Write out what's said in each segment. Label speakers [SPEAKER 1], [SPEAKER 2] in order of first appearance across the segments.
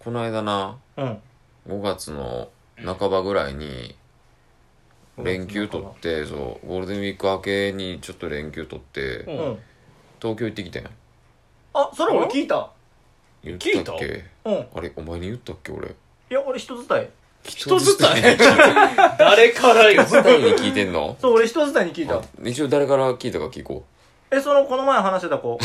[SPEAKER 1] この間な
[SPEAKER 2] うん
[SPEAKER 1] 5月の半ばぐらいに連休取ってそうゴールデンウィーク明けにちょっと連休取って
[SPEAKER 2] う
[SPEAKER 3] うんん
[SPEAKER 1] 東京行ってきたやん
[SPEAKER 2] あそれ俺聞いた
[SPEAKER 1] 言ったっ
[SPEAKER 3] 聞
[SPEAKER 1] け
[SPEAKER 2] うんい
[SPEAKER 1] あれお前に言ったっけ俺
[SPEAKER 2] や俺人伝い
[SPEAKER 3] 人伝い
[SPEAKER 1] 人
[SPEAKER 3] 誰からよ
[SPEAKER 1] 伝いに聞いてんの
[SPEAKER 2] そう俺人伝いに聞いた
[SPEAKER 1] あ一応誰から聞いたか聞こう
[SPEAKER 2] えそのこの前話してた子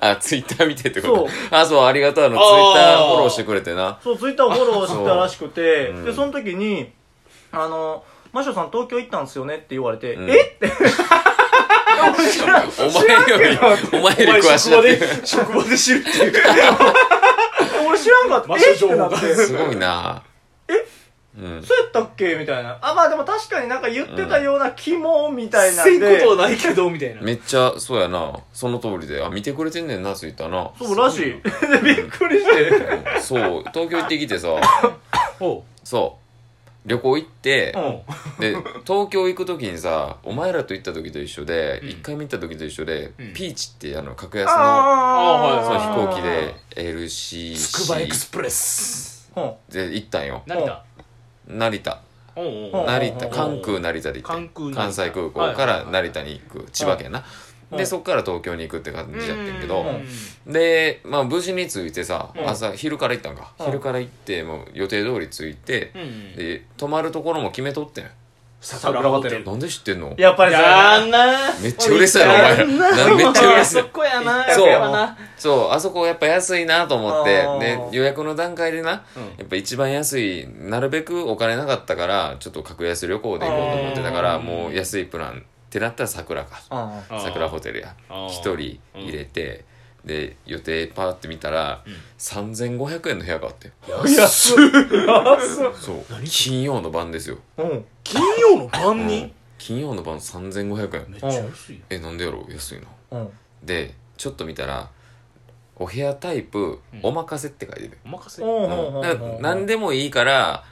[SPEAKER 1] あツイッター見てってこと
[SPEAKER 2] そう
[SPEAKER 1] あそうありがとうあのツイ
[SPEAKER 3] あー
[SPEAKER 1] ッターフォローしてくれてな
[SPEAKER 2] そうツイッターフォローしてたらしくて
[SPEAKER 1] そううん
[SPEAKER 2] でその時にあのマショさん東京行ったんですよねって言われて、
[SPEAKER 1] うん
[SPEAKER 2] えって
[SPEAKER 1] お前より お前より詳しい
[SPEAKER 3] 職場で職場で知るって いう
[SPEAKER 2] 俺知らんかった
[SPEAKER 3] マ
[SPEAKER 2] え
[SPEAKER 3] シ
[SPEAKER 2] っ
[SPEAKER 3] ョ
[SPEAKER 2] て
[SPEAKER 3] 情報
[SPEAKER 2] な
[SPEAKER 3] が
[SPEAKER 2] って
[SPEAKER 1] すごいなえうん
[SPEAKER 2] そうやったっけみたいなあまあでも確かになんか言ってたような気もみたいなん
[SPEAKER 3] せん
[SPEAKER 2] で、
[SPEAKER 3] ことはないけどみたいな
[SPEAKER 1] めっちゃそうやなその通りであ見てくれてんねんなツイッターな
[SPEAKER 2] そうらしい でびっくりして
[SPEAKER 1] そう東京行ってき てさ
[SPEAKER 3] おう
[SPEAKER 1] そう旅行行って
[SPEAKER 2] う、ん
[SPEAKER 1] で東京行く時にさお前らと行った時と一緒で、
[SPEAKER 3] うん
[SPEAKER 1] 一回見た時と一緒で、
[SPEAKER 3] うん
[SPEAKER 1] ピーチってあの格安の
[SPEAKER 2] あ
[SPEAKER 3] ー
[SPEAKER 1] その飛行機
[SPEAKER 2] で
[SPEAKER 1] で LC
[SPEAKER 3] つくばエクスプレス
[SPEAKER 1] で行ったんよ
[SPEAKER 3] 成田
[SPEAKER 1] 成田
[SPEAKER 3] おう
[SPEAKER 2] うん
[SPEAKER 1] 成田関空成田で行って
[SPEAKER 3] 関空成田
[SPEAKER 1] 関西空港から成田に行く千葉県な、
[SPEAKER 2] うん
[SPEAKER 1] でそっから東京に行くって感じやってんけど、
[SPEAKER 2] うん
[SPEAKER 1] で、まあ、無事に着いてさ、
[SPEAKER 2] うん
[SPEAKER 1] 朝昼から行ったんか、
[SPEAKER 2] うん
[SPEAKER 1] 昼から行ってもう予定通り着いて、
[SPEAKER 3] うん
[SPEAKER 1] で泊まるところも決めとってん
[SPEAKER 3] 桜ホテル
[SPEAKER 1] なんで知ってんの
[SPEAKER 2] やっぱりそう
[SPEAKER 3] や
[SPEAKER 2] や
[SPEAKER 3] ん
[SPEAKER 2] な
[SPEAKER 3] な
[SPEAKER 1] めっちゃ嬉しそうやなお前
[SPEAKER 3] んな
[SPEAKER 1] なめっちゃ嬉しそう
[SPEAKER 3] そこやな
[SPEAKER 1] そう
[SPEAKER 3] やっぱな
[SPEAKER 1] そうあそこやっぱ安いなと思って
[SPEAKER 2] あー
[SPEAKER 1] で予約の段階でなやっぱ一番安いなるべくお金なかったからちょっと格安旅行で行こうと思ってたから
[SPEAKER 3] あー
[SPEAKER 1] もう安いプランってなったら桜か
[SPEAKER 2] うん
[SPEAKER 3] あー
[SPEAKER 1] 桜ホテルや
[SPEAKER 3] あー
[SPEAKER 1] 一人入れてで予定パーって見たら、
[SPEAKER 3] うん
[SPEAKER 1] 3500円の部屋があって
[SPEAKER 3] 安っ
[SPEAKER 1] そう金曜の晩ですよ
[SPEAKER 2] うん
[SPEAKER 3] 金曜の晩
[SPEAKER 1] うん
[SPEAKER 3] に
[SPEAKER 1] 金曜の晩3500円
[SPEAKER 3] めっちゃ安いよ
[SPEAKER 1] えなんでやろう安いな
[SPEAKER 2] うん
[SPEAKER 1] でちょっと見たらお部屋タイプ、
[SPEAKER 3] うん
[SPEAKER 1] お任せって書いてる、
[SPEAKER 3] お任せ
[SPEAKER 2] うん
[SPEAKER 1] う
[SPEAKER 2] うん
[SPEAKER 1] ん、
[SPEAKER 2] うんうん
[SPEAKER 1] 何でもいいから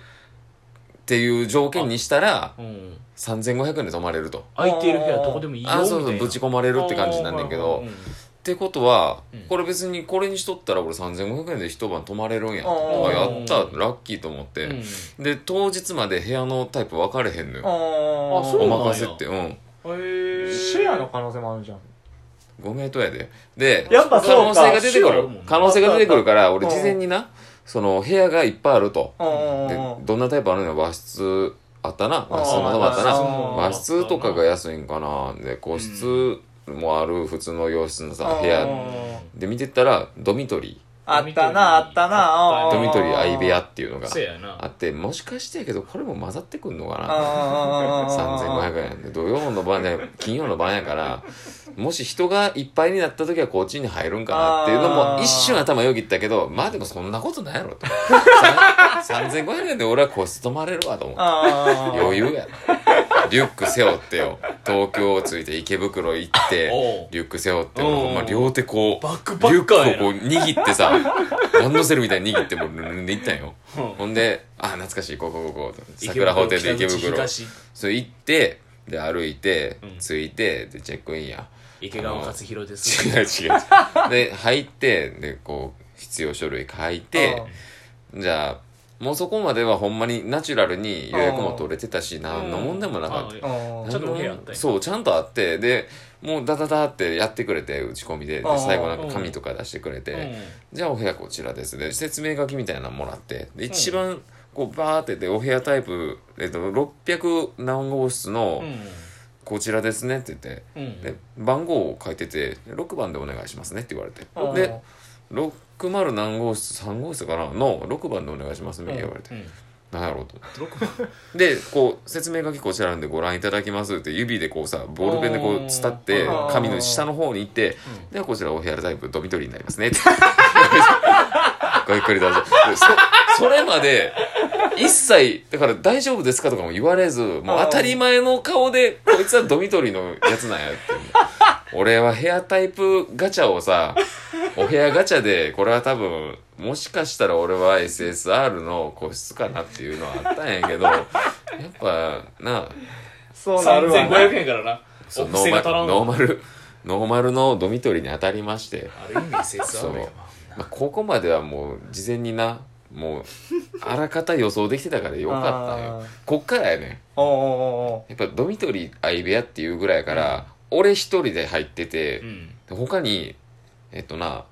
[SPEAKER 1] っていう条件にしたら
[SPEAKER 3] うん
[SPEAKER 1] 3500円で泊まれると
[SPEAKER 3] 空いてる部屋どこでもいいよ
[SPEAKER 1] あ
[SPEAKER 3] みたいな
[SPEAKER 1] そうそうぶち込まれるって感じになんねんけど、
[SPEAKER 3] うん
[SPEAKER 1] ってことは、
[SPEAKER 3] うん
[SPEAKER 1] これ別にこれにしとったら俺3500円で一晩泊まれるんや、
[SPEAKER 2] うん
[SPEAKER 1] あやったラッキーと思っ
[SPEAKER 3] う
[SPEAKER 1] て、
[SPEAKER 3] ん
[SPEAKER 1] で当日まで部屋のタイプ分かれへんの
[SPEAKER 2] あ
[SPEAKER 1] よ、
[SPEAKER 2] ー
[SPEAKER 3] あそう
[SPEAKER 1] お
[SPEAKER 3] なんや
[SPEAKER 1] 任せってうん
[SPEAKER 3] へえ
[SPEAKER 2] シェアの可能性もあるじゃん
[SPEAKER 1] ご名答やでで
[SPEAKER 2] やっぱ
[SPEAKER 1] 可
[SPEAKER 2] そう
[SPEAKER 1] 能
[SPEAKER 2] か
[SPEAKER 1] 性が出てく
[SPEAKER 3] そうや
[SPEAKER 1] る
[SPEAKER 3] もんな
[SPEAKER 1] 可能性が出てくるから俺
[SPEAKER 2] うん
[SPEAKER 1] 事前になその部屋がいっぱいあると
[SPEAKER 2] うんうんう
[SPEAKER 1] で
[SPEAKER 2] んうん
[SPEAKER 1] どんなタイプあるのよ和室あったな和室のとこあった
[SPEAKER 2] あ
[SPEAKER 1] な
[SPEAKER 2] ーうん
[SPEAKER 1] 和室とかが安いんかなで個室もある普通の洋室のさ部
[SPEAKER 2] う
[SPEAKER 1] 屋
[SPEAKER 2] ん
[SPEAKER 1] で見てったらドミトリ
[SPEAKER 2] あったなあったな
[SPEAKER 1] ードミトリー
[SPEAKER 2] アイ
[SPEAKER 1] 相部屋
[SPEAKER 2] あ
[SPEAKER 1] っていうのが
[SPEAKER 3] せやな
[SPEAKER 1] あってもしかしてやけどこれも混ざってくんのかな
[SPEAKER 2] あ
[SPEAKER 1] 3500円で土曜の晩で金曜の晩やからもし人がいっぱいになった時はこっちに入るんかなっていうのも
[SPEAKER 2] あー
[SPEAKER 1] 一瞬頭よぎったけどまあでもそんなことないやろとさん3500円で俺は個室泊まれるわと思って
[SPEAKER 2] あー
[SPEAKER 1] 余裕やなリュック背負ってよ東京をついて池袋行って
[SPEAKER 3] おう
[SPEAKER 1] リュック背負って
[SPEAKER 3] おう
[SPEAKER 1] もうほんま両手こう
[SPEAKER 3] バックパ
[SPEAKER 1] リュッ
[SPEAKER 3] ッ
[SPEAKER 1] ク
[SPEAKER 3] カ
[SPEAKER 1] を
[SPEAKER 3] ーやな
[SPEAKER 1] こう握ってさランドセルみたいに握ってもうルンルンで行ったんよ
[SPEAKER 3] うん
[SPEAKER 1] ほんで「あ懐かしいこうこうこうこう」桜ホテル池
[SPEAKER 3] 北口
[SPEAKER 1] 袋
[SPEAKER 3] 東
[SPEAKER 1] そう行ってで歩いて
[SPEAKER 3] うん
[SPEAKER 1] 着いてでチェックインや
[SPEAKER 3] 池川勝弘です
[SPEAKER 1] 違う違う違う で入ってでこう必要書類書いてじゃあもうそこまではほんまにナチュラルに予約も取れてたし何の問題もなかった
[SPEAKER 3] あ
[SPEAKER 2] あー
[SPEAKER 1] な
[SPEAKER 3] ちゃんとお部屋あったんや
[SPEAKER 1] そうちゃんとあってでもうダダダってやってくれて打ち込みでで
[SPEAKER 2] うん
[SPEAKER 1] 最後なんか紙とか出してくれて、
[SPEAKER 3] う
[SPEAKER 1] じゃあお部屋こちらですで説明書きみたいなのもらってで一番こうバーってでお部屋タイプ、えっと、600何号室の
[SPEAKER 3] ん
[SPEAKER 1] こちらですねって言って
[SPEAKER 3] うんうん
[SPEAKER 1] で番号を書いてて6番でお願いしますねって言われて
[SPEAKER 2] うん
[SPEAKER 1] で60何号室3号室かなの6番でお願いしますねって言われて
[SPEAKER 3] うん
[SPEAKER 1] 何やろうとでこう説明書きこちらなんでご覧いただきますって指でこうさボールペンでこう伝って
[SPEAKER 2] あー
[SPEAKER 1] 紙の下の方に行って
[SPEAKER 3] う
[SPEAKER 1] ではこちらお部屋タイプドミトリーになりますねって ごゆっくりどうぞでそそれまで一切だから大丈夫ですかとかも言われずもう当たり前の顔でこいつはドミトリーのやつなんやって俺はヘアタイプガチャをさお部屋ガチャでこれは多分もしかしたら俺は SSR の個室かなっていうのはあったんやけどやっぱな
[SPEAKER 2] そうなるわな
[SPEAKER 3] 3500円からな
[SPEAKER 1] そ
[SPEAKER 3] お
[SPEAKER 1] うノー
[SPEAKER 3] 布
[SPEAKER 1] マ
[SPEAKER 3] が足らん
[SPEAKER 1] ノーマルノーマルのドミトリーに当たりまして
[SPEAKER 3] ある意味センス
[SPEAKER 1] そ
[SPEAKER 3] あるや
[SPEAKER 1] う
[SPEAKER 3] わ
[SPEAKER 1] まあ、ここまではもう事前になもうあらかた予想できてたからよかったよ
[SPEAKER 2] あー
[SPEAKER 1] こっからやね
[SPEAKER 2] おうおうおうおう
[SPEAKER 1] やっぱドミトリー相部屋っていうぐらいやから、俺一人で入ってて、
[SPEAKER 3] うん
[SPEAKER 1] 他にえっとな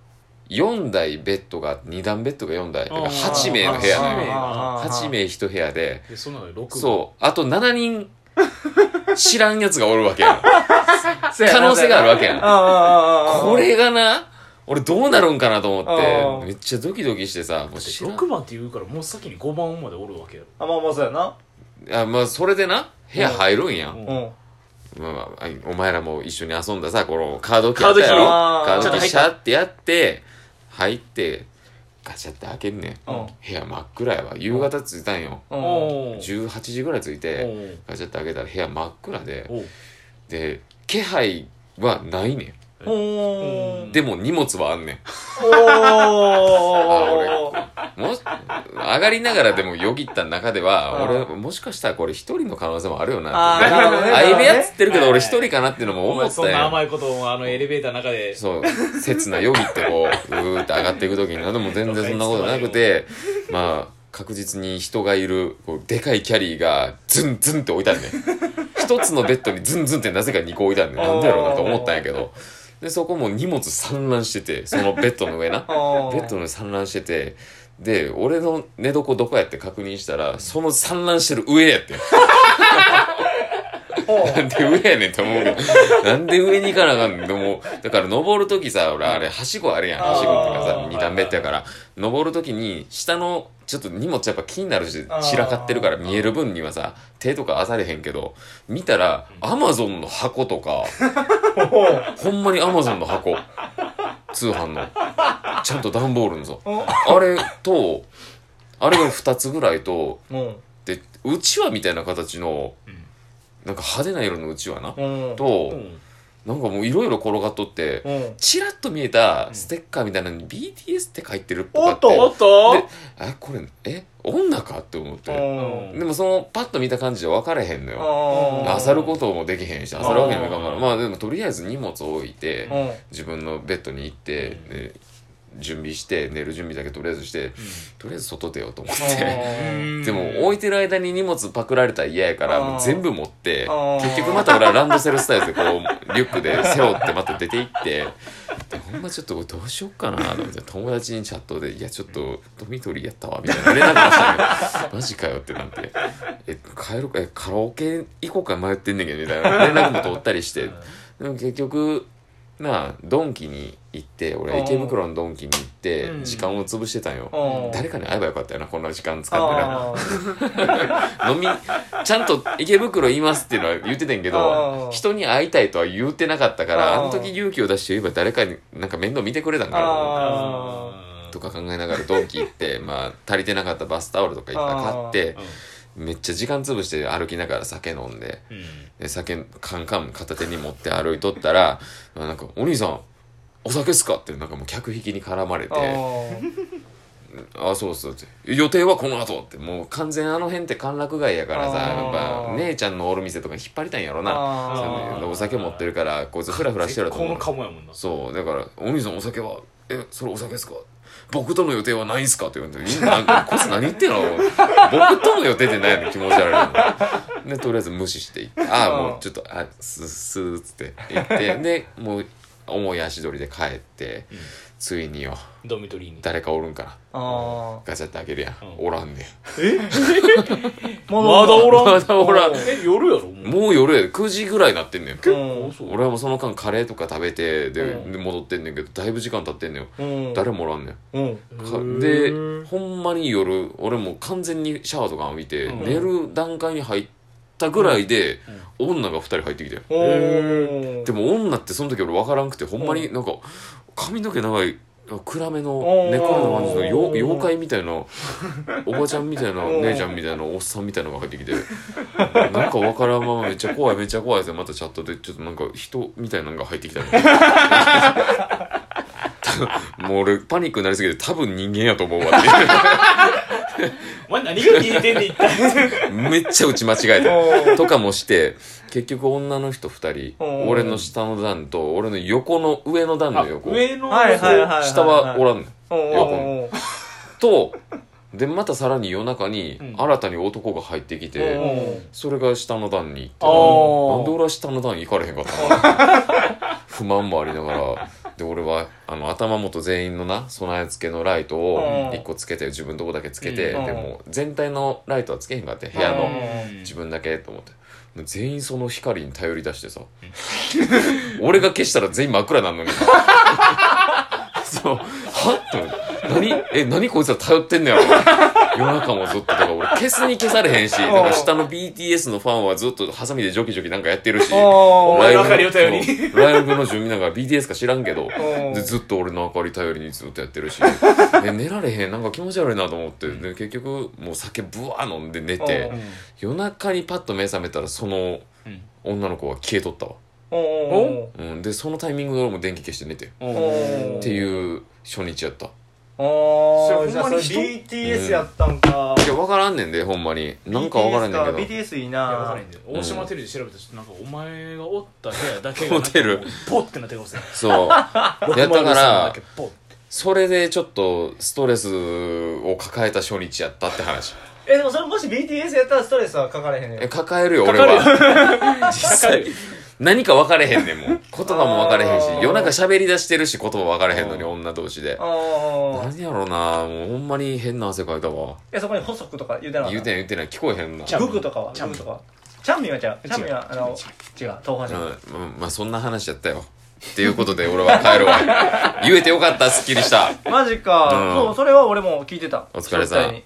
[SPEAKER 1] 4台ベッドが2段ベッドが4台だから8名の部屋
[SPEAKER 3] だ
[SPEAKER 1] な
[SPEAKER 3] よ
[SPEAKER 1] のよ
[SPEAKER 2] あー
[SPEAKER 1] 8名1部屋で
[SPEAKER 3] でその中で6
[SPEAKER 1] そうあと7人 知らんやつがおるわけやん
[SPEAKER 2] そうやな
[SPEAKER 1] 可能性があるわけやん
[SPEAKER 2] そうやなあーあーあーあー
[SPEAKER 1] これがな俺どうなるんかなと思っ
[SPEAKER 2] う
[SPEAKER 1] て
[SPEAKER 2] ん
[SPEAKER 1] めっちゃドキドキしてさもう知らん
[SPEAKER 3] 6番って言うからもう先に5番までおるわけや
[SPEAKER 2] あまあまあそうやな
[SPEAKER 1] あまあそれでな部屋入るんや、
[SPEAKER 3] ろ、うんん
[SPEAKER 2] うん
[SPEAKER 1] まあまあ、お前らも一緒に遊んださこのカードキーやったやろカ
[SPEAKER 2] カ
[SPEAKER 1] ー
[SPEAKER 2] ー
[SPEAKER 1] ド
[SPEAKER 2] ド
[SPEAKER 1] キ
[SPEAKER 2] キ
[SPEAKER 1] ー
[SPEAKER 2] ー
[SPEAKER 1] シャーってやって入ってガチャって開けんねん
[SPEAKER 2] うん
[SPEAKER 1] 部屋真っ暗やわ夕方着いたんよ
[SPEAKER 2] うん
[SPEAKER 3] おー
[SPEAKER 1] 18時ぐらい着いて
[SPEAKER 3] おー
[SPEAKER 1] ガチャって開けたら部屋真っ暗で
[SPEAKER 3] おー
[SPEAKER 1] で気配はないね
[SPEAKER 2] お
[SPEAKER 3] うん
[SPEAKER 2] ー
[SPEAKER 1] んでも荷物はあんねん
[SPEAKER 2] おー
[SPEAKER 1] もし上がりながらでもよぎった中では
[SPEAKER 2] うん
[SPEAKER 1] 俺もしかしたらこれ一人の可能性もあるよな
[SPEAKER 2] あ
[SPEAKER 1] って
[SPEAKER 2] ーなるほどね
[SPEAKER 1] 相部屋っつってるけど
[SPEAKER 3] はい
[SPEAKER 1] 俺一人かなっていうのも
[SPEAKER 3] お
[SPEAKER 1] 思
[SPEAKER 3] 前
[SPEAKER 1] った
[SPEAKER 3] そんな
[SPEAKER 1] よ
[SPEAKER 3] 甘いことをあのエレベーターの中で
[SPEAKER 1] そう刹那よぎってこううーって上がっていく時にでも全然そんなことなく てまあ確実に人がいるこうでかいキャリーがズンズンって置いたんね 一つのベッドにズンズンってなぜか2個置いたんでなんでやろうなと思ったんやけどでそこも荷物散乱しててそのベッドの上な
[SPEAKER 2] おー
[SPEAKER 1] ベッドの上散乱しててで俺の寝床どこやって確認したらその散乱してる上やって
[SPEAKER 2] お
[SPEAKER 1] な
[SPEAKER 2] ー
[SPEAKER 1] んで上やねんと思うけどなんで上に行かなあかんねんでもだから登る時さ俺あれはしごあるやん
[SPEAKER 2] あー
[SPEAKER 1] はしごっていうかさ2段ベッドやから登る時に下のちょっと荷物やっぱ気になるし
[SPEAKER 2] あー
[SPEAKER 1] 散らかってるから見える分にはさ手とかあされへんけど見たらアマゾンの箱とか
[SPEAKER 2] おー
[SPEAKER 1] ほんまにアマゾンの箱通販のちゃんと段ボールのぞ
[SPEAKER 2] お
[SPEAKER 1] あれと、あれが2つぐらいと、
[SPEAKER 2] うん
[SPEAKER 1] で、うちわみたいな形の、
[SPEAKER 3] うん
[SPEAKER 1] なんか派手な色のうちわな。
[SPEAKER 2] うん
[SPEAKER 3] う
[SPEAKER 1] と、
[SPEAKER 3] ん
[SPEAKER 1] なんかもういろいろ転がっとって、
[SPEAKER 2] うん
[SPEAKER 1] チラッと見えたステッカーみたいなのに BTS って書いてるっぽ
[SPEAKER 2] お
[SPEAKER 1] か
[SPEAKER 2] っ
[SPEAKER 1] って。
[SPEAKER 2] と
[SPEAKER 3] っと
[SPEAKER 1] でえ、これ、え、女かって思って。
[SPEAKER 2] うん
[SPEAKER 1] でもその、パッと見た感じじゃ分かれへんのよ。
[SPEAKER 2] うん
[SPEAKER 1] あさることもできへんし、あさるわけにもいかんから。
[SPEAKER 3] うん
[SPEAKER 1] まあでもとりあえず荷物置いて、
[SPEAKER 2] うん
[SPEAKER 1] 自分のベッドに行って、
[SPEAKER 3] うん
[SPEAKER 1] で準備して寝る準備だけとりあえずして、とりあえず外出ようと思っ
[SPEAKER 2] う
[SPEAKER 1] て、
[SPEAKER 2] ん
[SPEAKER 1] でも置い
[SPEAKER 3] て
[SPEAKER 1] てる間に荷物パクられたら嫌やから
[SPEAKER 2] うん
[SPEAKER 1] もう全部持って
[SPEAKER 2] うん
[SPEAKER 1] 結局また俺はランドセルスタイルでこう リュックで背負ってまた出て行ってでほんまちょっとこれどうしよっかなと思って友達にチャットで「いやちょっとドミトリーやったわ」みたいな連絡がしたのよ マジかよってなって「え帰るかえカラオケ行こうか迷ってんねんけど」みたいな連絡も取ったりしてでも結局なあドンキに行って俺は池袋のドンキに行って
[SPEAKER 3] うん
[SPEAKER 1] 時間を潰してたんよ、
[SPEAKER 2] うん
[SPEAKER 1] 誰かに会えばよかったよなこんな時間使ってな
[SPEAKER 2] あ
[SPEAKER 1] 飲みちゃんと池袋いますっていうのは言ってたんやけど
[SPEAKER 2] うん
[SPEAKER 1] 人に会いたいとは言ってなかったからあ
[SPEAKER 2] う
[SPEAKER 1] の
[SPEAKER 2] ん
[SPEAKER 1] 時勇気を出して言えば誰かになんか面倒見てくれたんかなと思って
[SPEAKER 2] あ
[SPEAKER 1] とか考えながらドンキ行ってまあ足りてなかったバスタオルとかいっぱい買ってめっちゃ時間潰して歩きながら酒飲んで。で酒カンカン片手に持って歩いとったらまあなんか「お兄さんお酒っすか?」ってなんかもう客引きに絡まれて
[SPEAKER 2] ーうん
[SPEAKER 1] 「ああそうっす」って「予定はこの後ってもう完全あの辺って歓楽街やからさ
[SPEAKER 2] あ
[SPEAKER 1] や
[SPEAKER 2] ー
[SPEAKER 1] っぱ姉ちゃんのおる店とかに引っ張りたいんやろな
[SPEAKER 2] あ
[SPEAKER 1] そ
[SPEAKER 2] ー
[SPEAKER 1] うねお酒持ってるからこいつフラフラしてると
[SPEAKER 3] こ
[SPEAKER 1] 思
[SPEAKER 3] の
[SPEAKER 1] う
[SPEAKER 3] カモやもんな
[SPEAKER 1] そうだから「お兄さんお酒はえそれお酒っすか?」僕との予定はないんすかって言われて、みんななんか、こいつ何言ってんの僕との予定ってないの気持ち悪いの。で、とりあえず無視していって、ああ、
[SPEAKER 2] うん
[SPEAKER 1] もうちょっと、あ、スースーっつって行って、で、もう、重い足取りで帰って、
[SPEAKER 3] うん
[SPEAKER 1] ついによ、
[SPEAKER 3] ドミトリーに
[SPEAKER 1] 誰かおるんかな。
[SPEAKER 2] あ
[SPEAKER 1] ガチャって開けるやん。
[SPEAKER 3] うん
[SPEAKER 1] おらんね
[SPEAKER 2] ーま
[SPEAKER 3] まだおらん
[SPEAKER 1] まだおらん
[SPEAKER 3] え夜やろ
[SPEAKER 1] ん。もう夜やで、9時ぐらいになってんねん。
[SPEAKER 2] うん
[SPEAKER 3] そう
[SPEAKER 1] 俺はもうその間カレーとか食べて、で、
[SPEAKER 2] うん
[SPEAKER 1] で戻ってんねんけど、だいぶ時間経ってんねんよ。
[SPEAKER 2] うん
[SPEAKER 1] 誰もおらんねん。
[SPEAKER 2] うん
[SPEAKER 1] かで
[SPEAKER 3] へー
[SPEAKER 1] ほんまに夜俺もう完全にシャワーとか浴びて、
[SPEAKER 3] うん
[SPEAKER 1] 寝る段階に入ったぐらいで、女が2人入ってきて、
[SPEAKER 2] おー
[SPEAKER 1] でも女ってその時俺分からんくてほんまになんか髪の毛長い暗めの
[SPEAKER 2] うん
[SPEAKER 1] 猫の感じのよ
[SPEAKER 2] うん
[SPEAKER 1] 妖怪みたいなおばちゃんみたいな
[SPEAKER 2] うん
[SPEAKER 1] 姉ちゃんみたいなおっさんみたいなのが入ってきてなんか分からんままめっちゃ怖いめっちゃ怖いってまたチャットでちょっとなんか人みたいなのが入ってきたの もう俺パニックになりすぎて多分人間やと思うわって
[SPEAKER 3] お前何が聞いてんねん一 体
[SPEAKER 1] めっちゃ打ち間違えたとかもして結局女の人2人
[SPEAKER 2] おー
[SPEAKER 1] 俺の下の段と俺の横の上の段
[SPEAKER 3] あ
[SPEAKER 1] の横
[SPEAKER 3] 上の
[SPEAKER 2] はいはいはい
[SPEAKER 1] 下はおらんのよ
[SPEAKER 2] おーおーおー
[SPEAKER 1] とでまたさらに夜中に
[SPEAKER 3] うん
[SPEAKER 1] 新たに男が入ってきて、
[SPEAKER 2] うん
[SPEAKER 1] それが下の段に行ってた
[SPEAKER 3] あー
[SPEAKER 1] なんで俺は下の段行かれへんかったの 不満もありながらで俺はあの頭元全員のな備え付けのライトを
[SPEAKER 2] うん
[SPEAKER 1] 1個つけて自分のとこだけつけて、
[SPEAKER 3] うん
[SPEAKER 1] でも全体のライトはつけへんかって部屋
[SPEAKER 2] う
[SPEAKER 1] の
[SPEAKER 2] ん
[SPEAKER 1] 自分だけと思って全員その光に頼り出してさ 俺が消したら全員真っ暗なのに そうはっと思って何え何こいつら頼ってんのやろ夜中もずっとだから俺消すに消されへんしなんか下の BTS のファンはずっとハサミでジョキジョキなんかやってるし
[SPEAKER 2] お
[SPEAKER 3] 前
[SPEAKER 2] ー
[SPEAKER 3] の明かりを頼りに
[SPEAKER 1] そうライブの準備なんか BTS か知らんけど
[SPEAKER 2] ん
[SPEAKER 1] でずっと俺の明かり頼りにずっとやってるしえ寝られへんなんか気持ち悪いなと思ってで結局もう酒ブワー飲んで寝て
[SPEAKER 2] うん
[SPEAKER 1] 夜中にパッと目覚めたらその女の子は消えとったわ、
[SPEAKER 2] おーお
[SPEAKER 1] うん、でそのタイミングで俺も電気消して寝てっ
[SPEAKER 2] おー
[SPEAKER 1] ていう初日やったい
[SPEAKER 2] ーおー
[SPEAKER 3] そ
[SPEAKER 2] じ
[SPEAKER 3] れ
[SPEAKER 2] ゃあ
[SPEAKER 3] ほん
[SPEAKER 2] そ
[SPEAKER 3] ま
[SPEAKER 2] れ
[SPEAKER 3] に人
[SPEAKER 2] BTS やったんか
[SPEAKER 1] や分からんねんでほんまになんか分からんねん
[SPEAKER 2] BTS
[SPEAKER 1] け
[SPEAKER 2] か BTS いい
[SPEAKER 3] いやわか
[SPEAKER 2] な
[SPEAKER 3] らへんけど大島テレビで調べたらちょっとなんかお前がおった部屋だけ
[SPEAKER 1] ホテル
[SPEAKER 3] ポッてなってますよ
[SPEAKER 1] どそうやったから
[SPEAKER 3] 603だけポッて
[SPEAKER 1] それでちょっとストレスを抱えた初日やったって話
[SPEAKER 2] えでもそれもし BTS やったらストレスはかからへんねん
[SPEAKER 1] え抱えるよ俺は実際何か分かれへんねんもう言葉も分かれへんし
[SPEAKER 2] あー
[SPEAKER 1] 夜中喋り出してるし言葉分かれへんのに女同士で
[SPEAKER 2] ああ
[SPEAKER 1] 何やろうなもうほんまに変な汗かいたわ
[SPEAKER 2] えそこに細くとか言うてなかった
[SPEAKER 1] 言うてん言うてん聞こえへんな
[SPEAKER 3] ちゃう
[SPEAKER 2] ググとかは
[SPEAKER 3] チャンミ
[SPEAKER 2] ググとかはチャンミンは違うチャンミンはあの違う東方神
[SPEAKER 1] うんまあ、まあそんな話やったよ。っていうことで俺は帰るわ。言えてよかった、すっきりした。
[SPEAKER 2] マジか
[SPEAKER 1] うん
[SPEAKER 2] そうそれは俺も聞いてた
[SPEAKER 1] お疲れさん
[SPEAKER 2] 絶対に